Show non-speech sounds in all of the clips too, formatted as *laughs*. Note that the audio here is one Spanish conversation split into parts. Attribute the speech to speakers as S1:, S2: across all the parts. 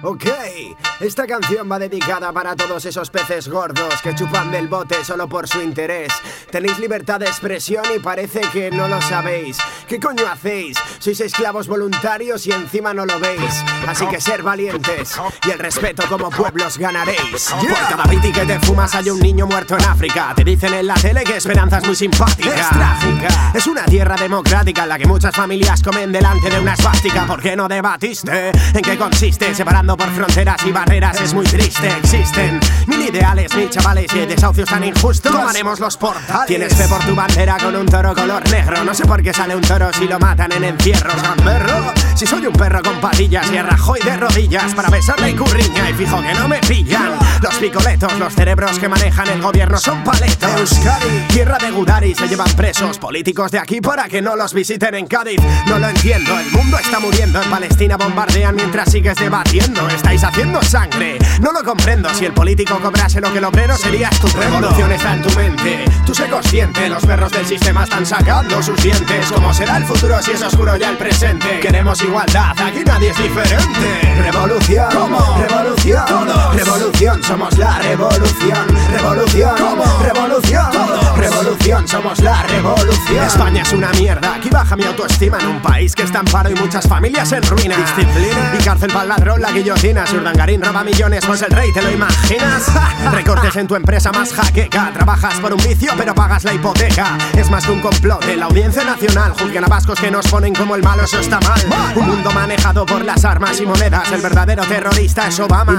S1: Ok, esta canción va dedicada para todos esos peces gordos que chupan del bote solo por su interés. Tenéis libertad de expresión y parece que no lo sabéis. ¿Qué coño hacéis? Sois esclavos voluntarios y encima no lo veis. Así que ser valientes y el respeto como pueblos ganaréis. Por cada piti que te fumas hay un niño muerto en África. Te dicen en la tele que Esperanza es muy simpática. Es trágica. Es una tierra democrática en la que muchas familias comen delante de una esvástica. ¿Por qué no debatiste? ¿En qué consiste? Separando por fronteras y barreras es muy triste. Existen mil ideales, mil chavales y hay desahucios tan injustos. Tomaremos los portales. Tienes fe por tu bandera con un toro color negro. No sé por qué sale un toro si lo matan en encierros, gamberro. Si soy un perro con patillas y a Rajoy de rodillas para besarle y curriña y fijo que no me pillan. Los picoletos, los cerebros que manejan el gobierno son paletos. Tierra de Gudari se llevan presos políticos de aquí para que no los visiten en Cádiz. No lo entiendo, el mundo está muriendo. En Palestina bombardean mientras sigues debatiendo. Estáis haciendo sangre. No lo comprendo. Si el político cobrase lo que el obrero sería estupendo. Revolución está en tu mente. Tú sé consciente. Los perros del sistema están sacando sus dientes. ¿Cómo será el futuro si es oscuro ya el presente? Queremos igualdad. Aquí nadie es diferente. Revolución. ¿Cómo? Revolución. Todos. Revolución. Somos la revolución. Revolución. ¿Cómo? Revolución. Todos. Revolución. Somos la revolución. España es una mierda. Aquí baja mi autoestima en un país que está en paro y muchas familias en ruina. Disciplina. Y cárcel para el ladrón, la guillotina. Si Urdangarín roba millones, pues el rey, ¿te lo *laughs* imaginas? Recortes en tu empresa más jaqueca. Trabajas por un vicio, pero pagas la hipoteca. Es más que un complot de la Audiencia Nacional. Juzgan a vascos que nos ponen como el malo, eso está mal. Un mundo manejado por las armas y monedas. El verdadero terrorista es Obama.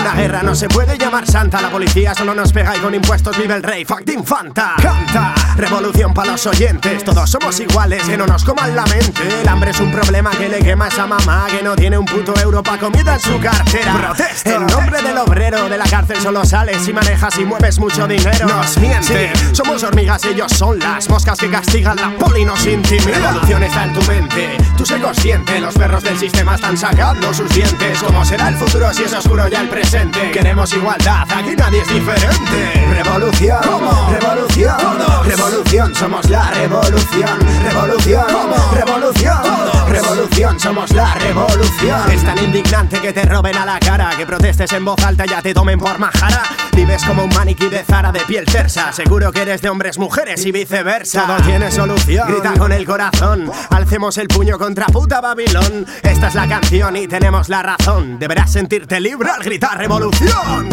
S1: Una guerra no se puede llamar santa. La policía solo nos pega y con impuestos vive el rey. Fuck de infanta. Canta. Revolución para los oyentes. Todos somos iguales, que no nos coman la mente. El hambre es un problema que le quema a esa mamá que no tiene un puto euro pa' comida en su cartera. Protesta. El nombre del obrero de la cárcel solo sales si manejas y mueves mucho dinero. Nos miente. Somos hormigas, ellos son las moscas que castigan la poli nos intimida. La revolución está en tu mente. Tú sé consciente. Los perros del sistema están sacando sus dientes. ¿Cómo será el futuro si es oscuro ya el presente? Queremos igualdad. Aquí nadie es diferente. Revolución. ¿Cómo? Revolución. Todos. Revolución. Somos la revolución. Revolución. ¿Cómo? Revolución. Todos. Revolución. Somos la revolución. Es tan indignante que te roben a la cara. Que protestes en voz alta y ya te tomen por majara. Vives como un maniquí de Zara de piel tersa. Seguro que eres de hombres, mujeres y viceversa. Todo tiene solución. Grita con el corazón. Alcemos el puño contra puta Babilón. Esta es la canción y tenemos la razón. Deberás sentirte libre al gritar revolución.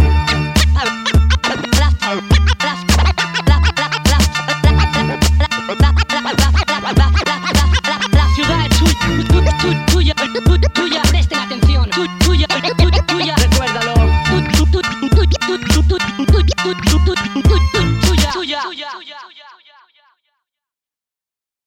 S2: La ciudad es tuya, tuya, tuya, presten atención, tuya, tuya, tuya, recuérdalo.